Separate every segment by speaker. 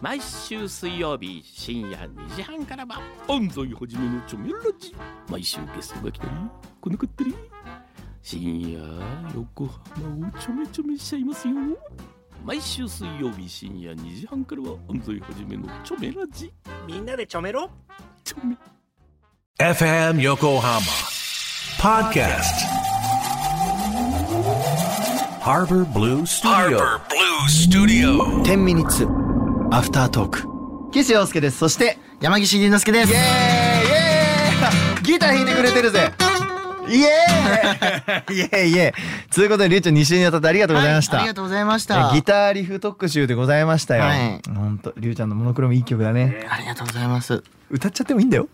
Speaker 1: 毎週水曜日深夜2時半からは安西はじめのチョメラジ毎週ゲストが来たり来なかったり深夜横浜をちょめちょめしちゃいますよ毎週水曜日深夜2時半からは安西はじめのチョメラジ
Speaker 2: みんなでちょめろ
Speaker 1: チョメ
Speaker 3: FM Yokohama Podcast Harbor Blue Studio
Speaker 4: 10ミニッツアフタートーク岸洋介ですそして山岸龍之介ですイエーイイエーイ ギター弾いてくれてるぜイエ ーイイエーイイエーということでりゅうちゃん2週にわたってありがとうございました、
Speaker 5: ありがとうございました。
Speaker 4: えギターリフ特集でございましたよ、
Speaker 5: はい
Speaker 4: ほんとりゅうちゃんのモノクロもいい曲だね
Speaker 5: ありがとうございます。
Speaker 4: 歌っちゃってもいいんだよ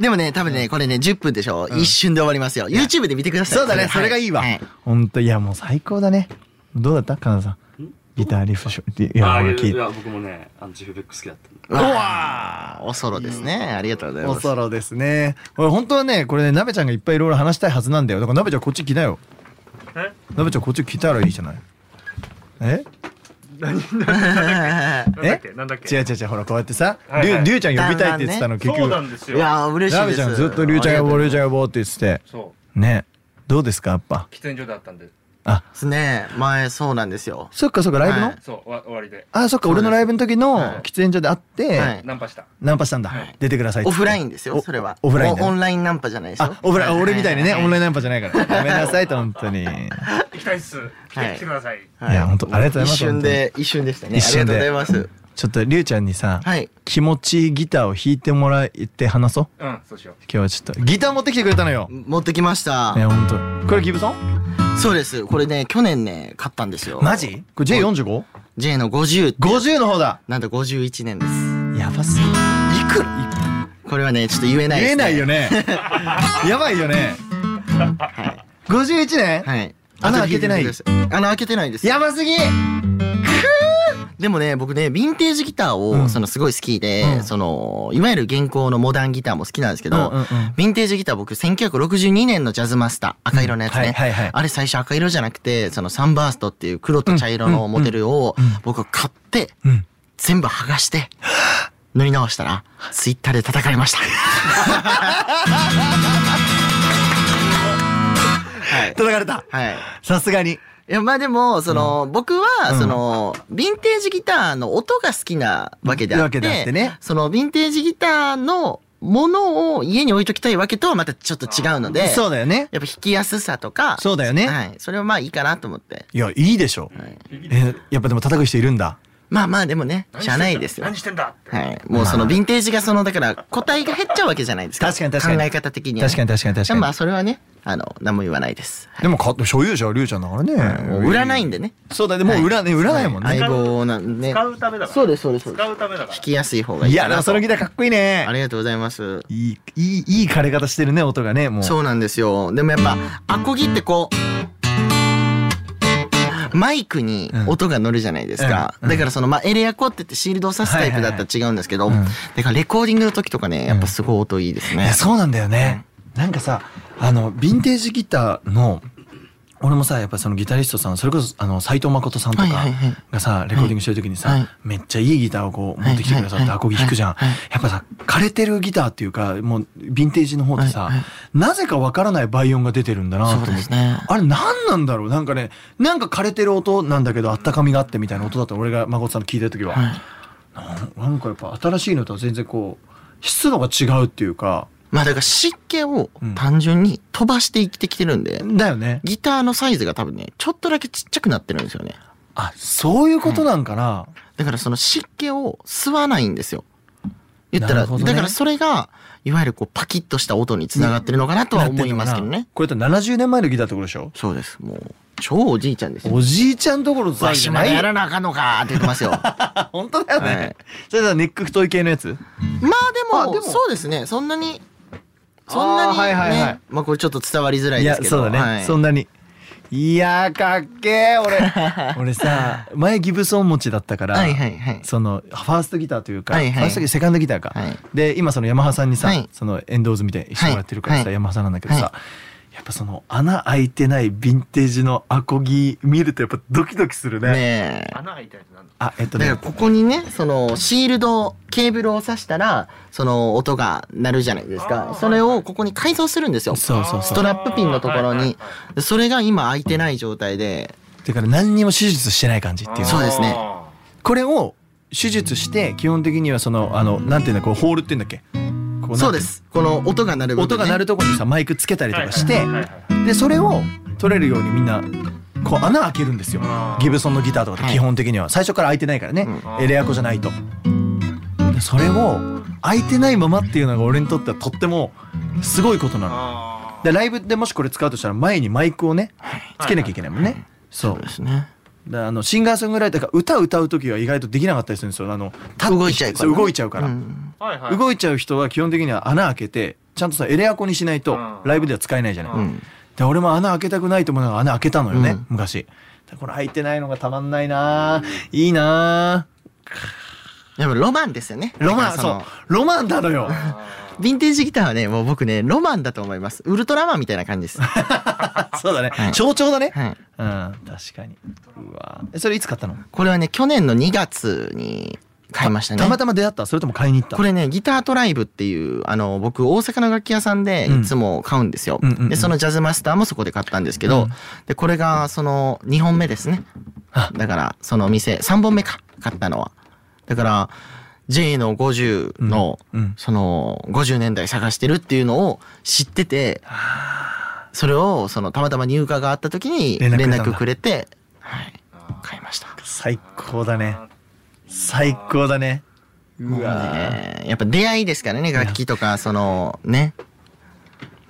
Speaker 5: でもね、多分ね、これね、10分でしょ、一瞬で終わりますよ。YouTube で見てください。
Speaker 4: そうだねそれがいいわ、ほんといやもう最高だねどうだったかなさんギターリフしょいや
Speaker 6: あ
Speaker 4: 俺
Speaker 6: ー
Speaker 4: 聞い
Speaker 6: い
Speaker 4: て
Speaker 6: や僕もねあのジフベック好きだったんで
Speaker 5: うわおそろですね。ありがとうござい
Speaker 4: お
Speaker 5: ます。
Speaker 4: そろですね。俺本当はね、これね、なべちゃんがいっぱいいろいろ話したいはずなんだよ。だからなべちゃんこっち来なよ。なべちゃんこっち来たらいいじゃない。え
Speaker 7: なんだっけなんだっけ
Speaker 4: 違う違う違う、ほら、こうやってさ、
Speaker 7: はい
Speaker 4: りゅ
Speaker 7: は
Speaker 4: う
Speaker 7: い
Speaker 4: りゅうちゃん呼びたいって言ってたの、結
Speaker 7: そう
Speaker 4: 局。
Speaker 7: なんですよ
Speaker 5: いやー嬉し
Speaker 4: ない
Speaker 5: です。
Speaker 4: べちゃんずっとりゅうちゃん呼ぼう、りゅうちゃん呼ぼうって言ってて。
Speaker 7: そ
Speaker 4: ね。どうですか、やっぱ
Speaker 7: う。喫煙所だったんで
Speaker 5: ですね。前、そうなんですよ。
Speaker 4: そっかそっか、ライブの、
Speaker 5: はい
Speaker 7: そうわ終わりで
Speaker 4: あ、そっか、俺のライブの時の
Speaker 7: はい
Speaker 4: 喫煙所で会って、
Speaker 5: はい
Speaker 7: ナンパした
Speaker 4: ナンパしたんだ。
Speaker 7: はい
Speaker 4: 出てくださいって
Speaker 5: オ
Speaker 4: 言って
Speaker 5: フラインですよ、それは。
Speaker 4: オフラインだ
Speaker 5: お
Speaker 4: ね
Speaker 5: オンラインナンパじゃないですよ
Speaker 4: あ、。オフライン、
Speaker 5: は
Speaker 4: 俺みたいにね、
Speaker 5: は
Speaker 4: オンラインナンパじゃないから。 ごめんなさい、本当に。い
Speaker 7: 行きたいっす来て来てください、
Speaker 5: はい
Speaker 4: や、本当ありがとうございます。
Speaker 5: 一瞬で、一瞬でしたね。
Speaker 4: 一
Speaker 5: あり
Speaker 4: 瞬
Speaker 5: が
Speaker 4: で
Speaker 5: とうございます。
Speaker 4: ちょっとりゅうちゃんにさ、
Speaker 5: はい
Speaker 4: 気持ちいいギターを弾いてもらって話そう
Speaker 7: うんそうしよう
Speaker 4: 今日はちょっとギター持ってきてくれたのよ、
Speaker 5: 持ってきました。
Speaker 4: ねほんとこれギブソン
Speaker 5: そうです。これね、去年ね、買ったんですよ。
Speaker 4: これ J45?50
Speaker 5: J の50って。
Speaker 4: の方だ
Speaker 5: なんと51年です。
Speaker 4: やばすぎいくら
Speaker 5: これはね、ちょっと言えないで
Speaker 4: 言え
Speaker 5: す、ね。
Speaker 4: ないよ
Speaker 5: ね。
Speaker 4: ねやばいよね51年、
Speaker 5: はい。
Speaker 4: 穴開けてない
Speaker 5: 後で聞てください穴開けてないです。
Speaker 4: やばすぎ
Speaker 5: でもね、僕ね、ヴィンテージギターを、
Speaker 4: うん
Speaker 5: そのすごい好きで、
Speaker 4: うん
Speaker 5: その、いわゆる現行のモダンギターも好きなんですけど、
Speaker 4: うんうんうん
Speaker 5: ヴィンテージギター僕1962年のジャズマスター、赤色のやつね。
Speaker 4: はいはいはい
Speaker 5: あれ最初赤色じゃなくて、そのサンバーストっていう黒と茶色のモデルを僕買って、
Speaker 4: ん
Speaker 5: 全部剥がして、塗り直したら、ツイッターで叩かれま した。はい。
Speaker 4: 叩かれた
Speaker 5: はい。
Speaker 4: さすがに
Speaker 5: いや、まあでも、その、僕は、その、ヴィンテージギターの音が好きなわけであっ
Speaker 4: わけ
Speaker 5: て、
Speaker 4: であってね
Speaker 5: その、ヴィンテージギターのものを家に置いときたいわけとはまたちょっと違うので、
Speaker 4: そうだよね
Speaker 5: やっぱ弾きやすさとか、
Speaker 4: そうだよね、
Speaker 5: はい。それはまあいいかなと思って。
Speaker 4: い、やいいでしょ、えやっぱでも叩く人いるんだ
Speaker 5: まあまあでもね、しゃあないですよ。
Speaker 7: 何してんだって
Speaker 5: はい。もうその、ヴィンテージがその、だから、個体が減っちゃうわけじゃないですか。
Speaker 4: 確かに確かに
Speaker 5: 考え方的にはね、
Speaker 4: 確かに確かに確かに
Speaker 5: まあそれはね、あの、何も言わないです。
Speaker 4: でも買って所有者はりゅうちゃんだからね、
Speaker 5: もう売らないんでね。
Speaker 4: そうだねもう売ら,、ね、売らないもんね、
Speaker 5: 相棒なんで。
Speaker 7: 使うためだから
Speaker 5: そうです、そうです、そうです。
Speaker 7: 使うためだから
Speaker 5: 弾きやすい方がいい
Speaker 4: い
Speaker 5: か
Speaker 4: や
Speaker 5: な
Speaker 4: でもそのギターかっこいいね
Speaker 5: ありがとうございます
Speaker 4: いい、いい、いい枯れ方してるね、音がね、もう。
Speaker 5: そうなんですよでもやっぱアコギってこうマイクに音が乗るじゃないですか、
Speaker 4: うんう
Speaker 5: だ
Speaker 4: ん
Speaker 5: からその、まあ、エレアコって言ってシールドを刺すタイプだったら違うんですけど、
Speaker 4: はいはいはい
Speaker 5: だからレコーディングの時とかねやっぱすごい音いいです
Speaker 4: いや
Speaker 5: ね、
Speaker 4: そうなんだよね。なんかさ、あの、ヴィンテージギターの、俺もさ、やっぱりそのギタリストさん、それこそ、あの、斎藤誠さんと
Speaker 5: は
Speaker 4: か
Speaker 5: いはいはい
Speaker 4: がさ、レコーディングしてる時にさ、
Speaker 5: はい
Speaker 4: めっちゃいいギターをこう持ってきてくださ
Speaker 5: は
Speaker 4: って、
Speaker 5: いはいはい
Speaker 4: アコギ弾くじゃん。
Speaker 5: はいはい
Speaker 4: やっぱさ、枯れてるギターっていうか、もう、ヴィンテージの方ってさ、
Speaker 5: はいはい
Speaker 4: なぜかわからない倍音が出てるんだなと思
Speaker 5: そう
Speaker 4: っ
Speaker 5: で
Speaker 4: て
Speaker 5: す。ね
Speaker 4: あれ何なんだろうなんかね、なんか枯れてる音なんだけど、あったかみがあってみたいな音だったの俺が誠さんの聞いた時は。
Speaker 5: はい
Speaker 4: なんかやっぱ新しいのとは全然こう湿度が違うっていうか
Speaker 5: まあだから湿気を
Speaker 4: うん
Speaker 5: 単純に飛ばして生きてきてるんで、
Speaker 4: だよね
Speaker 5: ギターのサイズが多分ねちょっとだけちっちゃくなってるんですよね
Speaker 4: あそういうことなんかな、
Speaker 5: だからその湿気を吸わないんですよ。言ったら、
Speaker 4: なるほどね
Speaker 5: だからそれが、いわゆるこうパキッとした音につながってるのかなとは思いますけど
Speaker 4: なってんのか
Speaker 5: ね
Speaker 4: な。これって70年前のギターってことでしょ
Speaker 5: そうです。もう、超おじいちゃんですよ。
Speaker 4: おじいちゃんところのサ
Speaker 5: わ
Speaker 4: イ
Speaker 5: し
Speaker 4: ズ
Speaker 5: ま
Speaker 4: な
Speaker 5: でや
Speaker 4: い
Speaker 5: らなあかんのかって言ってます よ。まあ
Speaker 4: あ本当だよね、
Speaker 5: はい
Speaker 4: それだネック太い系のやつ
Speaker 5: でも、
Speaker 4: あでも
Speaker 5: そうですね。そんなに、そんなにね、
Speaker 4: あーはいはいはい
Speaker 5: まあこれちょっと伝わりづらいですけど。
Speaker 4: そうだね、
Speaker 5: はい
Speaker 4: そんなにいやーかっけえ俺 俺さ前ギブソン持ちだったから、
Speaker 5: はいはいはい
Speaker 4: そのファーストギターというか、
Speaker 5: はいはい
Speaker 4: ファーストギターセカンドギターか、
Speaker 5: はい
Speaker 4: で今そのヤマハさんにさ、
Speaker 5: はい
Speaker 4: そのエンドウズみたいにしてもらってるからさ、
Speaker 5: はい
Speaker 4: ヤマハさんなんだけどさ、、
Speaker 5: はい
Speaker 4: やっぱその穴開いてないヴィンテージのアコギ見るとやっぱドキドキするね。
Speaker 5: ねえ。
Speaker 7: 穴開いたやつなんだ
Speaker 4: あ、えっと
Speaker 5: だか
Speaker 4: ね
Speaker 5: ら、ここにね、そのシールド、ケーブルを挿したら、その音が鳴るじゃないです
Speaker 7: あー
Speaker 5: か。それをここに改造するんですよ。
Speaker 4: そうそう
Speaker 5: ス
Speaker 4: そ
Speaker 5: ト
Speaker 4: う。
Speaker 5: ラップピンのところに
Speaker 7: あ
Speaker 5: でそれが今開いてない状態で、
Speaker 4: だから何にも手術してない感じっ
Speaker 7: ー
Speaker 4: ていう。
Speaker 5: そうですね
Speaker 7: あ
Speaker 4: これを手術して基本的にはそのあのなんていうんだこうホールっていうんだっけ。こなんていの
Speaker 5: そうで。す。この音が鳴る部分、ね。
Speaker 4: 音が鳴るとこにさマイクつけたり
Speaker 7: ー
Speaker 4: とかして
Speaker 7: はいはいはいはい
Speaker 4: でそれを取れるようにみんなこう穴開けるんですよ
Speaker 7: あー
Speaker 4: ギブソンのギターとかっ
Speaker 5: は
Speaker 4: て
Speaker 5: い
Speaker 4: 基本的には最初から開いてないからね
Speaker 7: うん
Speaker 4: えレアコじゃないとでそれを開いてないままっていうのが俺にとってはとってもすごいことなの
Speaker 7: あー
Speaker 4: でライブでもしこれ使うとしたら前にマイクをねつけなきゃいけないもんねそう
Speaker 5: ですね。
Speaker 4: だあのシンガーソングライターが歌歌う時は意外とできなかったりするんですよあの立って
Speaker 5: 動いちゃうからね
Speaker 4: そう動いちゃうから、
Speaker 5: うん
Speaker 7: はいはい
Speaker 4: 動いちゃう人は基本的には穴開けてちゃんとさエレアコにしないと
Speaker 7: うん
Speaker 4: ライブでは使えないじゃない、
Speaker 5: うん
Speaker 4: で俺も穴開けたくないと思いながら穴開けたのよね、
Speaker 5: うん
Speaker 4: 昔だこれ開いてないのがたまんないなぁいいな
Speaker 5: やっぱロマンですよね。
Speaker 4: ぁロマ
Speaker 5: だ
Speaker 4: ン
Speaker 5: か
Speaker 4: そ
Speaker 5: ら
Speaker 4: うロマンなのよ
Speaker 5: の。ヴィンテージギターはね、もう僕ね、ロマンだと思います。ウルトラマンみたいな感じです。は
Speaker 4: そうだね、
Speaker 5: はい
Speaker 4: 象徴だね、
Speaker 5: い。
Speaker 4: うん確かにうわぁえそれいつ買ったの
Speaker 5: これはね、去年の2月に買いましたね。
Speaker 4: たまたま出会ったそれとも買いに行った
Speaker 5: これね、ギタートライブっていう、あの、僕、大阪の楽器屋さんで
Speaker 4: うん
Speaker 5: いつも買うんですよ。
Speaker 4: うんうんうん
Speaker 5: で、そのジャズマスターもそこで買ったんですけど、
Speaker 4: うん
Speaker 5: で、これが、その、2本目ですね
Speaker 4: あ。
Speaker 5: だから、その店、3本目か、買ったのは。だから、J の50の、
Speaker 4: うん
Speaker 5: その、50年代探してるっていうのを知ってて、それを、その、たまたま入荷があった時に、
Speaker 4: 連
Speaker 5: 連
Speaker 4: 絡くれたんだ
Speaker 5: 絡くれて、はい、買いました。
Speaker 4: 最高だね最高だねうわぁ
Speaker 5: ねやっぱ出会いですからね、楽器とか、その、ね。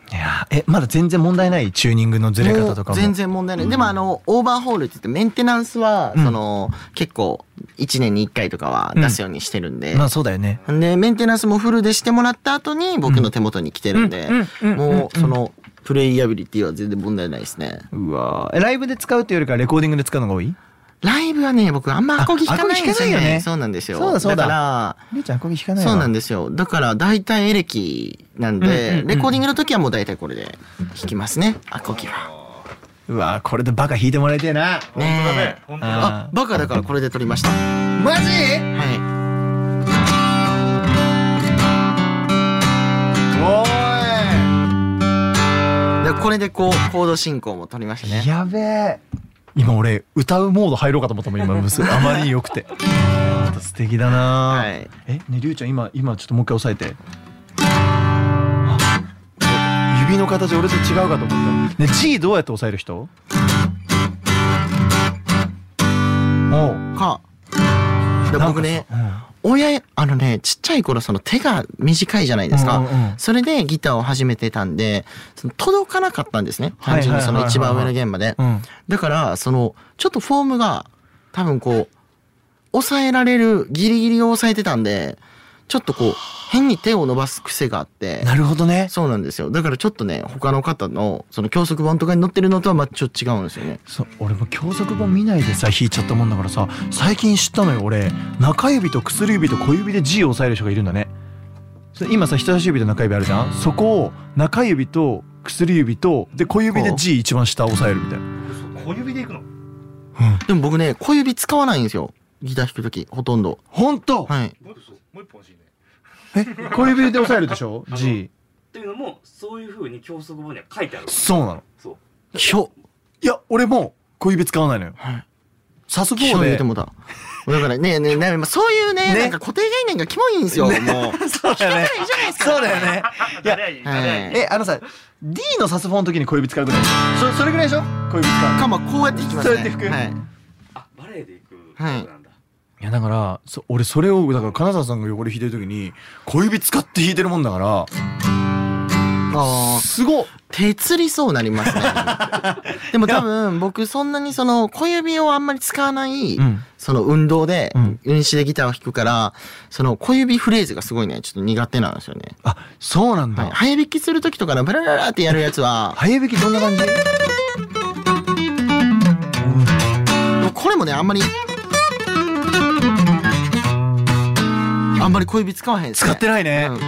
Speaker 4: いやーえまだ全然問題ないチューニングのずれ方とかも
Speaker 5: 全然問題ない、でもあのオーバーホールって言ってメンテナンスは、
Speaker 4: うん
Speaker 5: その結構1年に1回とかは出すようにしてるんで、
Speaker 4: まあそうだよね
Speaker 5: でメンテナンスもフルでしてもらった後に僕の手元に来てるんで、もうそのプレイアビリティは全然問題ないですね
Speaker 4: うわーえライブで使うっていうよりかはレコーディングで使うのが多い
Speaker 5: ライブはね僕あんまアコギ弾かないんですよ
Speaker 4: あアコギ弾
Speaker 5: ね
Speaker 4: かないよね
Speaker 5: そうなんですよ
Speaker 4: そうだそうだ
Speaker 5: か
Speaker 4: りゅうちゃんアコギ弾からない
Speaker 5: そうなん
Speaker 4: だ
Speaker 5: ですよだから大体エレキなんで、
Speaker 4: うんうんうん
Speaker 5: レコーディングの時はもう大体これで弾きますねアコギは
Speaker 4: うわーこれでバカ弾いてもらいたいな
Speaker 7: 本当だね本当だ
Speaker 5: あバカだからこれで撮りました
Speaker 4: マジ
Speaker 5: はい
Speaker 4: お
Speaker 5: でこれでこうコード進行も取りましたね。
Speaker 4: やべえ今俺歌うモード入ろうかと思ったもん今 むすあまりに良くてほんと素敵だな、
Speaker 5: はい。
Speaker 4: えねりゅうちゃん今今ちょっともう一回押さえてあ指の形俺と違うかと思ったね G どうやって押さえる人おう
Speaker 5: か。で僕ね、親あのねちっちゃい頃その手が短いじゃないですか。
Speaker 4: うんうんうん
Speaker 5: それでギターを始めてたんでその届かなかったんですね
Speaker 4: はい
Speaker 5: 単
Speaker 4: は
Speaker 5: 純
Speaker 4: いはいは
Speaker 5: に
Speaker 4: い
Speaker 5: その一番上の弦まで
Speaker 4: うん
Speaker 5: だからそのちょっとフォームが多分こう抑えられるギリギリを抑えてたんでちょっとこう変に手を伸ばす癖があって
Speaker 4: なるほどね
Speaker 5: そうなんですよだからちょっとね他の方のその教則本とかに載ってるのとはまあちょっと違うんですよね
Speaker 4: そう俺も教則本見ないでさ弾いちゃったもんだからさ最近知ったのよ俺中指と薬指と小指で G を押さえる人がいるんだねそれ今さ人差し指と中指あるじゃんそこを中指と薬指とで小指で G 一番下押さえるみたいな
Speaker 7: 小指で行くの
Speaker 5: でも僕ね、小指使わないんですよ。ギター弾くとき、ほとんど。
Speaker 4: 本当
Speaker 5: はい。
Speaker 7: もう一本欲しいね
Speaker 4: え小指で押さえるでしょ G
Speaker 6: というのもそういうふうに教則本には書いてある
Speaker 4: そうなの
Speaker 6: そう
Speaker 5: ひょ、
Speaker 4: いや俺も小指使わないのよ
Speaker 5: はい
Speaker 4: さすが
Speaker 5: ひょ言う
Speaker 4: で
Speaker 5: てもだ。だからね、ね、ね、そういうね、
Speaker 4: ね
Speaker 5: なんか固定概念がキモいんですよ。もう。
Speaker 4: そうだよねそうだよねいや
Speaker 7: 誰や
Speaker 5: は
Speaker 4: えあのさ D のサスフォンの時に小指使うぐらいそそれぐらいでしょ小指使うの
Speaker 5: い。かま、こうやって弾きますね。
Speaker 4: そうやって吹く
Speaker 5: はい。
Speaker 6: あバレエで行く
Speaker 5: はい
Speaker 6: ことなんだ、
Speaker 4: いやだからそ俺それをだから金沢さんが横で弾いてる時に小指使って弾いてるもんだか
Speaker 5: あ
Speaker 4: らすごっ
Speaker 5: ー手つりそうなりますね。 でも多分、僕そんなにその、小指をあんまり使わない、
Speaker 4: ん
Speaker 5: その運動で
Speaker 4: うん、
Speaker 5: 運指でギターを弾くから、その小指フレーズがすごいね、ちょっと苦手なんですよね。
Speaker 4: あそうなんだ、
Speaker 5: はい。早弾きするときとかのブラララってやるやつは、
Speaker 4: 早弾きどんな感じ
Speaker 5: でもこれもねあんまりあんまり小指使わへんですね
Speaker 4: 使ってないね、
Speaker 5: うん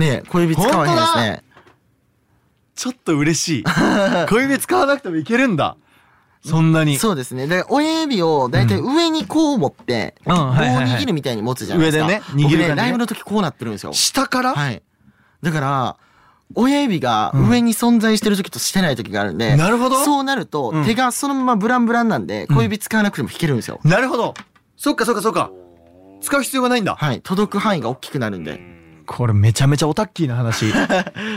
Speaker 5: ねえ小指使わへんですね
Speaker 4: ちょっと嬉 しい小指使わなくてもいけるんだそんなに
Speaker 5: そうですね。で、親指をだいたい上にこう持って、
Speaker 4: うん
Speaker 5: 棒を
Speaker 4: はいはいはい
Speaker 5: 握るみたいに持つじゃないですか。
Speaker 4: 上でね握る感じ
Speaker 5: 僕
Speaker 4: ね
Speaker 5: ね、ライブの時こうなってるんですよ。
Speaker 4: 下から、
Speaker 5: はい。だから、親指が上に存在してる時としてない時があるんで、
Speaker 4: なるほど
Speaker 5: そうなると
Speaker 4: うん、
Speaker 5: 手がそのままブランブランなんで、小指使わなくても弾けるんですよ。
Speaker 4: なるほどそっかそっかそっか使う必要がないんだ
Speaker 5: はい。届く範囲が大きくなるんで。
Speaker 4: これめちゃめちゃオタッキーな 話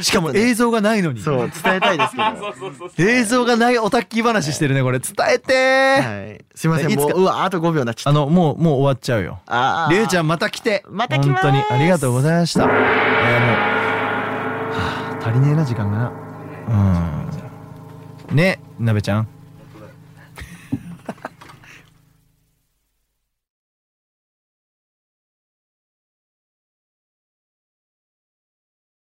Speaker 4: しかも映像がないの に
Speaker 5: そう、伝えたいですけど。
Speaker 6: そうそうそうそう。
Speaker 4: 映像がないオタッキー話してるねこれ伝えてー、
Speaker 5: はい。すいませ
Speaker 4: い
Speaker 5: ん、
Speaker 4: つか
Speaker 5: もう、うわ、あと5秒になっちゃ
Speaker 4: あ
Speaker 5: っ
Speaker 4: のもうもう終わっちゃうよ
Speaker 5: た。あー
Speaker 4: りゅうちゃんまた来て
Speaker 5: また来ます
Speaker 4: 本当にありがとうございました、えーもうはあ足りねえな時間がなうんねなべちゃん